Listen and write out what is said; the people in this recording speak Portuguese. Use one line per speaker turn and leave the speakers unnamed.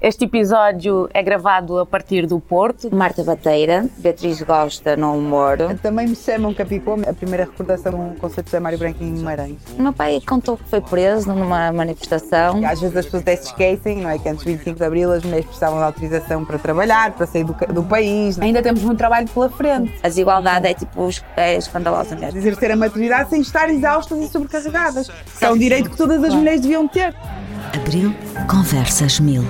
Este episódio é gravado a partir do Porto.
Marta Bateira, Beatriz Gosta no humor.
Também me chamam Capicome. A primeira recordação um concerto da Mário Branquinho em Guimarães.
O meu pai contou que foi preso numa manifestação.
E Às vezes as pessoas até se esquecem, não é? Que antes de 25 de Abril as mulheres precisavam de autorização para trabalhar, para sair do, ca- do país. Ainda temos muito trabalho pela frente.
A desigualdade é tipo es- é escandalosa mesmo.
Exercer a maternidade sem estar exaustas e sobrecarregadas. Que é um direito que todas as mulheres deviam ter.
Abril Conversas Mil.